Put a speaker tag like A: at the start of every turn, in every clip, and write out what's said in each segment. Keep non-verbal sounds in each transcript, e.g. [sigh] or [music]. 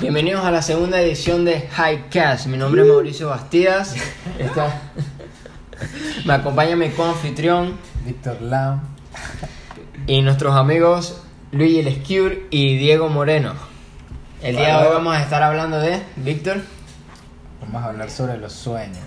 A: Bienvenidos a la segunda edición de Highcast. Mi nombre es Mauricio Bastías. Está- [laughs] Me acompaña mi coanfitrión
B: Víctor Lam.
A: y nuestros amigos Luigi Lescure y Diego Moreno. El día de hoy vamos a estar hablando de Víctor.
B: Vamos a hablar sobre los sueños.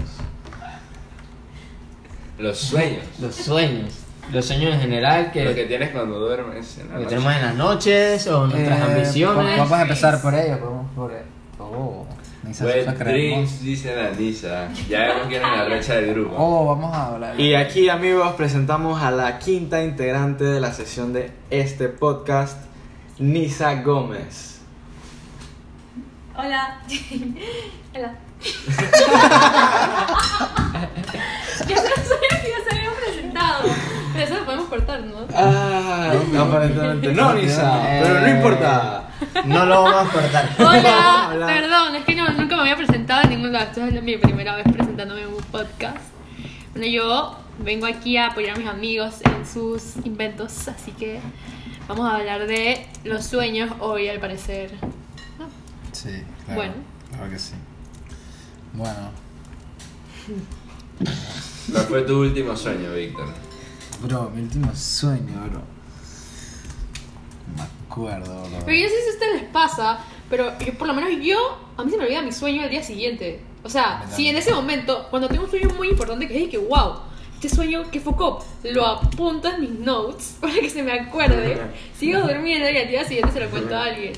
C: Los sueños.
A: Los sueños. Los sueños en general
C: Lo
A: que,
C: que tienes cuando duermes en la
A: que
C: noche.
A: tenemos en las noches o nuestras
B: Eh,
A: ambiciones.
B: Vamos a empezar por ello. Vamos por Oh, ni se
C: Wet
B: asusta, creemos.
C: dreams, dice la Nisa. Ya no quieren la recha del grupo.
B: Oh, vamos a hablar.
D: Y aquí amigos presentamos a la quinta integrante de la sesión de este podcast, Nisa Gómez.
E: Hola. Hola. Yo no sabía que ya se habían presentado. Pero eso lo podemos cortar, ¿no?
D: Ah, aparentemente no, Nisa, pero no importa.
A: Eh, No lo vamos a cortar.
E: Hola.
D: Hola.
E: Perdón, es que no, nunca me había presentado en ningún lado. Esta es mi primera vez presentándome en un podcast. Bueno, yo vengo aquí a apoyar a mis amigos en sus inventos, así que vamos a hablar de los sueños hoy, al parecer.
B: Sí, claro.
E: Bueno.
B: Claro que sí. Bueno,
C: ¿Cuál fue tu último sueño, Víctor?
B: bro, mi último sueño, bro. No me acuerdo, bro.
E: Pero yo no sé si a ustedes les pasa, pero yo- por lo menos yo, a mí se me olvida mi sueño al día siguiente. O sea, si en ese momento, cuando tengo un sueño muy importante que es que, wow, este sueño que focó, lo apunto en mis notes [laughs] para que se me acuerde, sigo durmiendo y al día siguiente se lo cuento a alguien.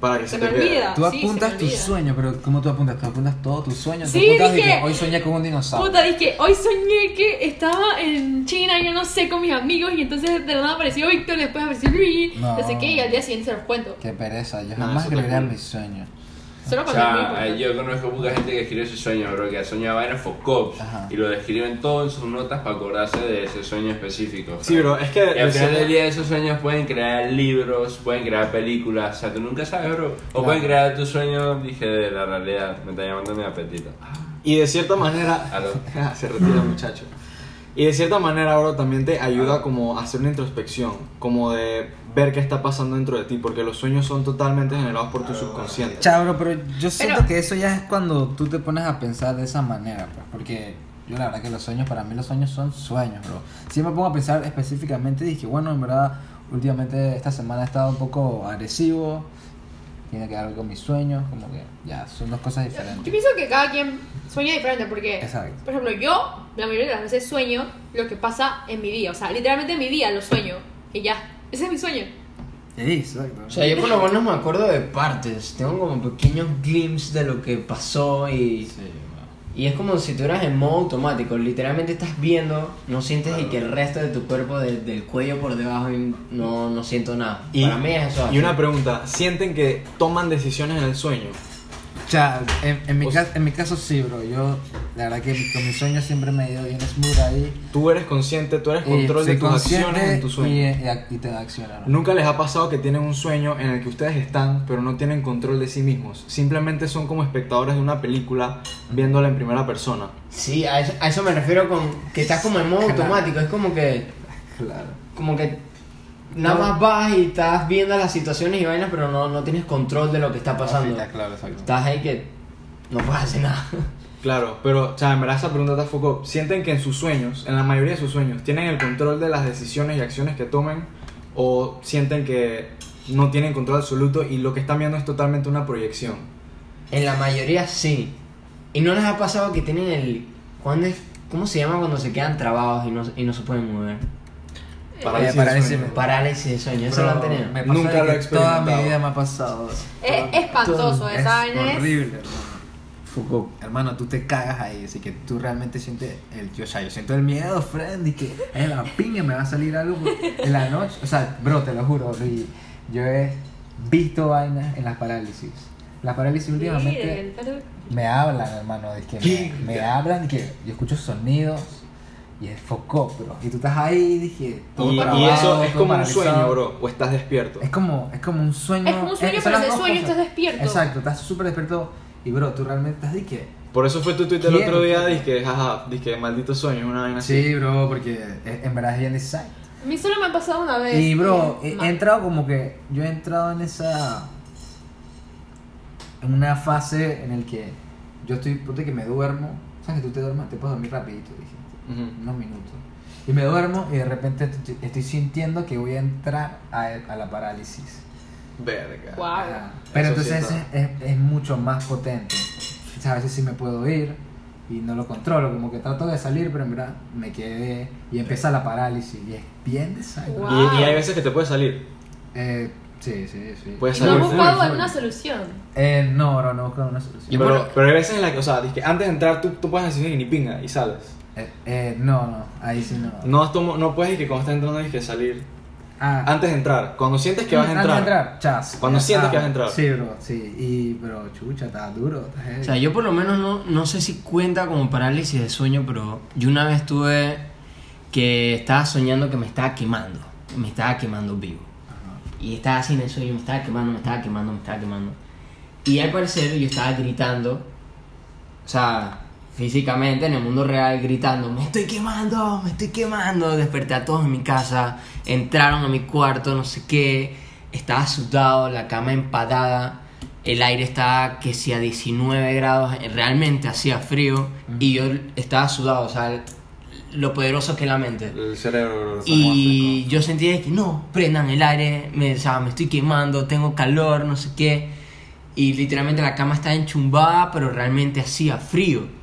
D: Para que
E: Se
D: se,
E: me
D: te quede.
E: olvida.
B: Tú
E: Ah, sí,
B: apuntas
E: se me
B: tus
E: olvida.
B: sueños, pero ¿cómo tú apuntas? ¿Tú apuntas todos tus sueños?
E: Sí,
B: ¿Tú apuntas y
E: dije-
B: que hoy soñé con un dinosaurio?
E: Puta, dije, hoy soñé que estaba en China, yo no sé, con mis amigos y entonces de la nada apareció Víctor, después apareció Luigi, no.
B: No.
E: sé qué, y al día siguiente se los cuento.
B: Qué pereza, yo
D: No,
B: jamás
D: eso está
B: escribiría
D: cool.
B: mis sueños.
E: Solo
C: O
E: cuando es muy
C: sea,
E: importante.
C: eh, yo conozco mucha gente que escribe sus sueños, bro, que sueña vainas Focop
B: Ajá.
C: y lo describen todo en sus notas para acordarse de ese sueño específico. bro.
D: Sí, bro, es que
C: Y al final
D: yo siento-
C: del día esos sueños pueden crear libros, pueden crear películas, o sea, tú nunca sabes, bro. O pueden crear tu sueño, dije, de la realidad. Me está llamando mi apetito.
D: y de cierta manera [laughs]
C: Aló.
D: se retira muchacho. Y de cierta manera, bro, también te
C: Ah.
D: ayuda como a hacer una introspección, como de ver qué está pasando dentro de ti, porque los sueños son totalmente generados
C: Ah.
D: por tu subconsciente.
B: Chabro, pero yo siento
E: Pero-
B: que eso ya es cuando tú te pones a pensar de esa manera, pues, porque yo la verdad que los sueños, para mí los sueños son sueños, bro. Si me pongo a pensar específicamente, dije, bueno, en verdad, últimamente esta semana he estado un poco agresivo, tiene que ver con mis sueños, como que ya, son dos cosas
E: Yo
B: diferentes.
E: pienso que cada quien sueña diferente porque,
B: Exacto.
E: por ejemplo, yo la mayoría de las veces sueño lo que pasa en mi día. O sea, literalmente en mi día lo sueño y ya. Ese es mi sueño.
B: Sí, exacto.
A: O sea, yo por lo menos me acuerdo de partes. Tengo como pequeños glimpses de lo que pasó y. Y es como si estuvieras en modo automático, literalmente estás viendo, no sientes y que el resto de tu cuerpo, de- del cuello por debajo, y no, no siento nada.
D: Y,
A: Para mí es eso. así.
D: y una pregunta, ¿sienten que toman decisiones en el sueño?
B: O sea, en, en mi
D: O
B: ca- en mi caso sí, bro. Yo, la verdad que con mis sueños siempre me he ido bien smooth ahí.
D: Tú eres consciente, tú eres
B: Eh,
D: control
B: soy
D: de tus
B: consciente
D: acciones en tu sueño.
B: Y, eh, y ac- y te accionan.
D: Nunca les ha pasado que tienen un sueño en el que ustedes están, pero no tienen control de sí mismos. Simplemente son como espectadores de una película viéndola en primera persona.
A: Sí, a eso, a eso me refiero con que estás como en modo
B: Claro.
A: automático, es como que,
B: Claro.
A: como que nada más vas y estás viendo las situaciones y vainas, pero no, no tienes control de lo que está pasando.
B: Ahorita, claro, exacto.
A: Estás ahí que no puedes hacer nada. [laughs]
D: Claro, pero, o sea, en verdad esa pregunta te afocó. ¿Sienten que en sus sueños, en la mayoría de sus sueños, tienen el control de las decisiones y acciones que tomen? ¿O sienten que no tienen control absoluto y lo que están viendo es totalmente una proyección?
A: En la mayoría sí. ¿Y no les ha pasado que tienen el... ¿cuándo es- ¿Cómo se llama cuando se quedan trabados y no, y no se pueden mover?
B: Parálisis
D: de
B: parálisis
D: sueño.
B: me-
A: Parálisis de sueño, eso lo han tenido.
B: Me pasa
D: Nunca
B: de
D: lo he
B: que Toda mi
D: experimentado.
B: vida me ha pasado.
E: Es espantoso,
B: Es
E: esa vaina es-
B: horrible, hermano. Foucault, hermano, tú te cagas ahí, así que tú realmente sientes el yo, o sea, yo siento el miedo, friend, y que en la piña me va a salir algo por- en la noche, o sea, bro, te lo juro, y yo he visto vainas en las parálisis. Las parálisis últimamente me hablan, hermano, es que me, me hablan y que yo escucho sonidos y es Foucault, bro, y tú estás ahí, dije, todo
D: Y, y
B: trabado,
D: eso es
B: todo
D: como un sueño,
B: paralizado.
D: bro. ¿O estás despierto?
B: Es como, es como un sueño. eh,
E: Es como un sueño,
B: son
E: pero
B: las
E: en el
B: dos
E: sueño
B: cosas.
E: estás despierto.
B: Exacto, estás súper despierto. Y bro, tú realmente estás de que.
D: Por eso fue tu tweet el
B: Quiero.
D: otro día, dizque, jaja, dizque, maldito sueño, una vaina así.
B: Sí, bro, porque e- en verdad es bien exacto.
E: A mí solo me ha pasado una vez. eh,
B: Y bro, he,
E: Ma-
B: he entrado como que. Yo he entrado en esa. en una fase en el que yo estoy, ponte que me duermo, ¿sabes que tú te duermes? Te puedes dormir rapidito, dije,
D: Ujú.
B: unos minutos. Y me duermo y de repente estoy, estoy sintiendo que voy a entrar a, a la parálisis.
D: Verga.
E: Guau.
B: Ajá. Pero
D: Eso sí
B: entonces
D: está.
B: es, es- es mucho más potente. O sea, a veces sí me puedo ir y no lo controlo, como que trato de salir, pero en verdad me quedé y empieza la parálisis y es bien desagrable.
E: Guau.
D: Y, y hay veces que te puede salir.
B: Eh, sí, sí, sí.
D: Puedes
E: ¿Y no
D: salir.
E: has
D: full,
E: buscado
D: full.
E: alguna solución?
B: Eh, no, no, no he buscado una solución.
D: Pero, pero hay veces en las que, o sea, dizque antes de entrar tú, tú puedes decir ni pinga y sales.
B: Eh, eh, no, no, ahí sí no.
D: No, has tomo- no puedes que cuando estás entrando dizque salir.
B: Ah,
D: Antes de entrar, cuando sientes que vas a
B: antes de
D: entrar.
B: chas.
D: Cuando
B: Ya
D: sientes
B: está.
D: que vas a entrar.
B: Sí, bro, sí. Y, pero chucha, está duro. está heavy.
A: O sea, yo por lo menos no, no sé si cuenta como parálisis de sueño, pero yo una vez tuve que estaba soñando que me estaba quemando, me estaba quemando vivo. Y estaba así en el sueño, me estaba quemando, me estaba quemando, me estaba quemando. Y al parecer yo estaba gritando, o sea, físicamente en el mundo real gritando, me estoy quemando, me estoy quemando. Desperté a todos en mi casa, entraron a mi cuarto, no sé qué. Estaba asustado, la cama empatada, el aire estaba que si a 19 grados, realmente hacía frío y yo estaba sudado, o sea, lo poderoso que es la mente.
D: El cerebro.
A: Y yo sentí de que no, prendan el aire, me, o sea, me estoy quemando, tengo calor, no sé qué. Y literalmente la cama estaba enchumbada, pero realmente hacía frío.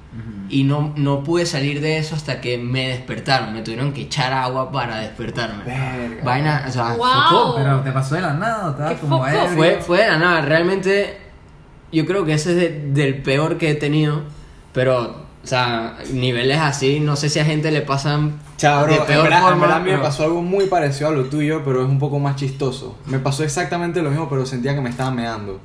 A: Y no, no pude salir de eso hasta que me despertaron. Me tuvieron que echar agua para despertarme.
B: Verga.
A: Vaina, o sea,
E: Wow.
A: focó.
B: Pero te pasó de la nada, estaba
E: Qué
B: como
E: foco.
B: ebrio.
A: Fue, fue de la nada. Realmente, yo creo que ese es de- del peor que he tenido. Pero, o sea, niveles así, no sé si a gente le pasan
D: Chao, bro,
A: de
D: en
A: peor
D: verdad, en
A: forma,
D: verdad a mí me
A: pero-
D: pasó algo muy parecido a lo tuyo, pero es un poco más chistoso. Me pasó exactamente lo mismo, pero sentía que me estaba meando.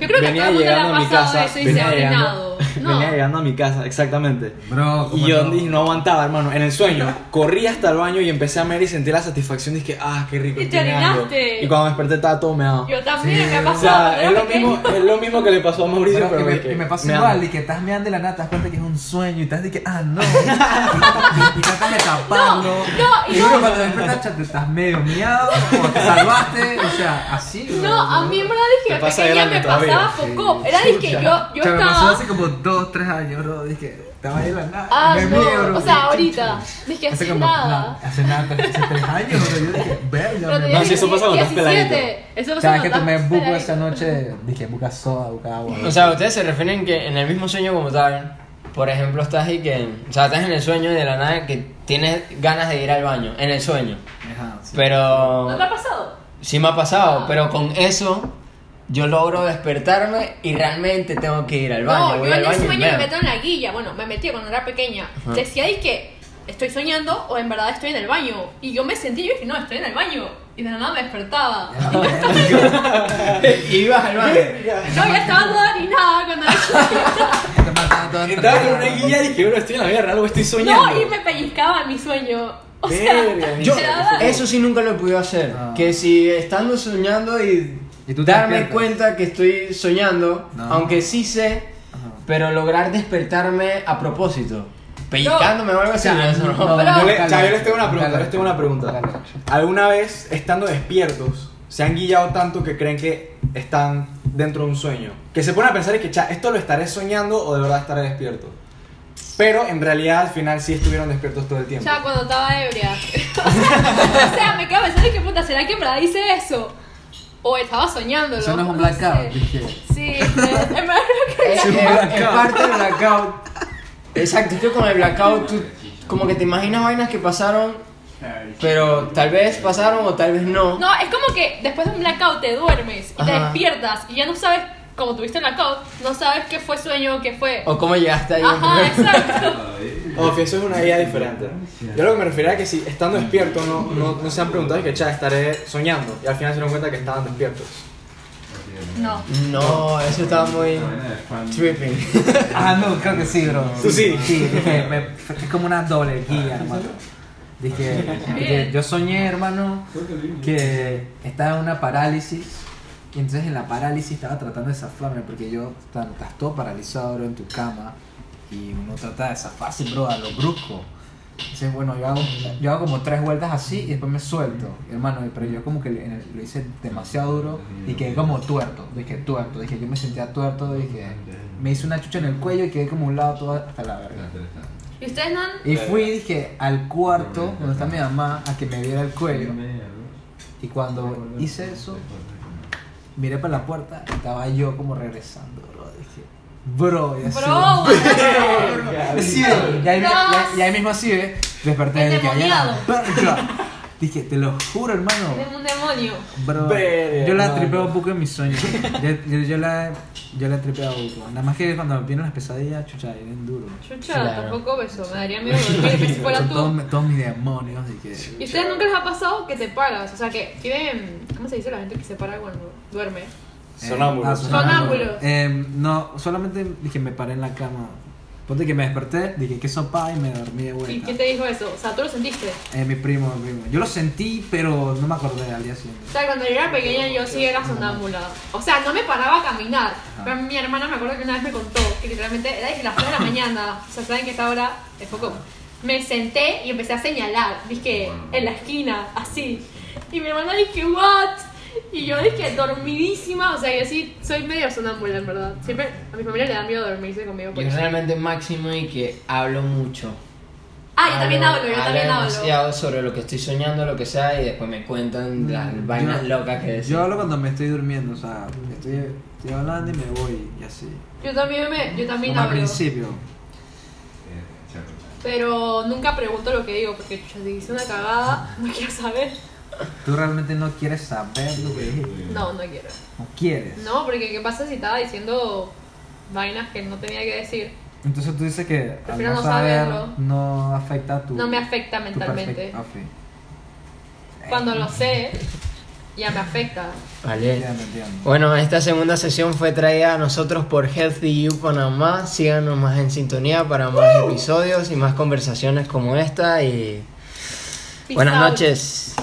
E: Yo creo que a todo el mundo le ha pasado eso y se ha orinado. No.
D: venía llegando a mi casa, exactamente.
B: Bro,
D: y
B: como
D: yo
B: no.
D: y no aguantaba, hermano. En el sueño, corrí hasta el baño y empecé a mear y sentí la satisfacción. Dije, ah, qué rico.
E: Y te
D: estoy meando".
E: orinaste.
D: Y cuando me desperté estaba todo meado.
E: Yo también me ha
D: O
E: pasado.
D: sea, es
E: ¿no?
D: lo, mismo, es lo mismo que le pasó a Mauricio,
B: Pero
D: pero,
B: que me,
D: dije,
B: que me pasó
D: "Meando".
B: igual, y que estás meando de la nada, te das cuenta que es un sueño, y estás de que, ah, no, y, y tratas de taparlo.
E: no, y
B: y luego
E: no.
B: cuando despiertas, cha, te estás medio miado, o te salvaste, o sea, así. bro.
E: No, a mí en verdad dije
D: Te
E: que
D: pasa
E: pequeña
D: grande
E: me
D: todavía.
E: pasaba poco. Era dije yo, yo
B: Chao, me pasó
E: estaba.
B: hace como 2, 3 años, bro. Dije, estaba ahí de la nada.
E: Ah,
B: me meo,
E: no.
B: bro,
E: O sea,
B: dije,
E: ahorita. Dije
B: chucha.
E: así
B: Hace como
E: nada.
B: Hace nada, pero hace 3 años, bro. Yo dije, verga,
E: Pero
B: me
E: te
D: No,
E: dije
D: si eso pasa cuando estás
E: 17,
D: peladito.
E: Eso pasa
B: Cada vez que
E: cuando
B: tomé
E: estás
B: buco
E: peladito.
B: esa noche, dije, buca soda, buca agua.
A: O sea, ustedes se refieren que en el mismo sueño como tal, por ejemplo, estás y que, o sea, estás en el sueño y de la nada que tienes ganas de ir al baño, en el sueño.
B: Ajá, sí.
A: Pero
E: ¿No te ha pasado?
A: sí me ha pasado, pero con eso yo logro despertarme y realmente tengo que ir al baño.
E: No,
A: voy al
E: yo en el
A: baño y
E: sueño me
A: meo.
E: meto en la guilla. Bueno, me metí cuando era pequeña. Decía ahí que estoy soñando o en verdad estoy en el baño. Y yo me sentí y dije, no, estoy en el baño. Y de la nada me despertaba. No,
A: [laughs] y vas al baño.
E: yo estaba toda orinada
A: [laughs]
E: cuando era chiquita.
B: Te mataron todo el
D: [laughs] Estaba con una
B: trabajo.
D: guía y dije, bro, estoy en la vida real o estoy soñando.
E: No, y me pellizcaba en mi sueño. O sea,
D: Verga, ni
A: Yo,
E: me daba-
A: eso sí nunca lo he podido hacer.
B: Ah.
A: Que si estando soñando y,
B: Y tú te
A: darme
B: despiertas.
A: cuenta que estoy soñando,
B: No.
A: aunque sí sé,
B: Ajá.
A: pero lograr despertarme a propósito, pellizcándome o algo así,
B: Ya,
A: eso no.
B: no,
E: Pero-
D: Yo
B: no,
D: le-
B: calma,
D: Chayo, les tengo una pregunta,
B: calma.
D: les tengo una pregunta.
B: Calma.
D: ¿Alguna vez, estando despiertos, se han guillado tanto que creen que están dentro de un sueño? Que se ponen a pensar y que, "Cha, esto lo estaré soñando o de verdad estaré despierto. Pero en realidad al final sí estuvieron despiertos todo el tiempo.
E: Ya cuando estaba ebria. [laughs] O sea, o sea, me quedaba pensando, ¿qué puta? ¿Será que en verdad hice eso? O estaba soñándolo.
B: Eso no es un
E: sé.
B: blackout, dije.
E: Sí, en verdad en verdad creo que
A: Es, es- es parte del blackout. Exacto, es que con el blackout tú como que te imaginas vainas que pasaron, pero tal vez pasaron o tal vez no.
E: No, es como que después de un blackout te duermes y te
A: Ajá.
E: despiertas y ya no sabes, como tuviste el blackout, no sabes qué fue sueño, qué fue.
A: O cómo llegaste ahí.
E: Ajá, exacto.
D: O que eso es una guía diferente. Yo lo que me refería es que si estando despierto no, no, no se han preguntado y que, "Cha, estaré soñando. Y al final se dieron cuenta que estaban despiertos.
E: No.
A: No, eso estaba muy tripping.
B: Ah, no, creo que sí, bro.
D: Tú sí.
B: Sí, dije, me- es como una doble guía, hermano. Dije, dije, yo soñé, hermano, que estaba en una parálisis. Y entonces en la parálisis estaba tratando de zafarme porque yo tan- estás todo paralizado, bro, en tu cama. Y uno trata de zafarse, bro, a lo brusco. Dice, bueno, yo hago, yo hago como tres vueltas así y después me suelto. Y, hermano, pero yo como que le- en el- lo hice demasiado duro y quedé como tuerto. Dije, tuerto. Dije, yo me sentía tuerto. Dije, me hice una chucha en el cuello y quedé como un lado todo hasta la verga.
E: ¿Y ustedes no han.?
B: Y fui, dije, al cuarto donde está mi mamá a que me viera el cuello. Y cuando hice eso, miré para la puerta y estaba yo como regresando, bro. Dije, bro, y así.
E: Bro,
B: [laughs]
E: güey.
B: Sí, bro. y, ahí,
E: Dios.
B: y- y ahí mismo así, ¿eh? Desperté y dije, "Ay, la [laughs]
E: Endemoniado.
B: verga". Dije, te lo juro, hermano.
E: Es un demonio.
B: Bro,
D: Verga,
B: yo la
D: hermano.
B: tripeo un poco en mis sueños. Yo, yo, yo la, yo la tripeo un poco. Nada más que cuando vienen las pesadillas, chucha, vienen duro.
E: Chucha,
A: Claro.
E: tampoco beso. Me daría miedo dormir que si fuera
B: Son todos,
E: tú.
B: mi- todos mis demonios. Dije,
E: ¿Y a ustedes nunca les ha pasado que te paras? O sea, que tienen. ¿Cómo se dice la gente que se para cuando duerme?
D: Sonámbulo.
B: ah,
E: Sonámbulo.
B: Eh, no, solamente dije, me paré en la cama. Ponte que me desperté, dije, qué sopa y me dormí de
E: ¿Y
B: vuelta.
E: quién te dijo eso? O sea, tú lo sentiste.
B: Eh, mi primo, mi primo. Yo lo sentí, pero no me acordé al día siguiente.
E: O sea, cuando yo era pequeña yo sí era sonámbula. O sea, no me paraba a caminar. Pero mi hermana me acuerdo que una vez me contó que literalmente era desde las 3 de la mañana. O sea, saben que esta hora es poco. Me senté y empecé a señalar, dije, en la esquina, así. Y mi hermana dije, ¿what? Y yo dije, dormidísima. O sea, yo sí soy medio sonámbula, en verdad. Siempre a mi familia le da miedo dormirse conmigo. por
A: Yo
E: eso.
A: realmente máximo y que hablo mucho.
E: Ah, yo también hablo, yo también hablo.
A: demasiado sobre lo que estoy soñando, lo que sea, y después me cuentan las vainas
B: Mm, Yo-
A: locas que decís.
B: Yo hablo cuando me estoy durmiendo, o sea, estoy, estoy hablando y me voy y así.
E: Yo también, me, yo también
B: Como al
E: hablo.
B: principio.
E: Pero nunca pregunto lo que digo porque yo si hice una cagada, no quiero saber.
B: Tú realmente no quieres saber lo que dijiste.
E: No, no quiero.
B: No quieres.
E: No, porque ¿qué pasa si estaba diciendo vainas que no tenía que decir?
B: Entonces tú dices que al
E: Prefiero
B: no
E: no
B: saber
E: saberlo.
B: no afecta a tu.
E: No me afecta
B: tu
E: mentalmente.
B: perfec- ok.
E: Cuando lo sé, ya me afecta.
A: Vale.
B: Entiendo, entiendo.
A: Bueno, esta segunda sesión fue traída a nosotros por Healthy You Panamá. Síganos más en sintonía para más episodios y más conversaciones como esta. Y
E: Peace
A: buenas
E: out.
A: noches.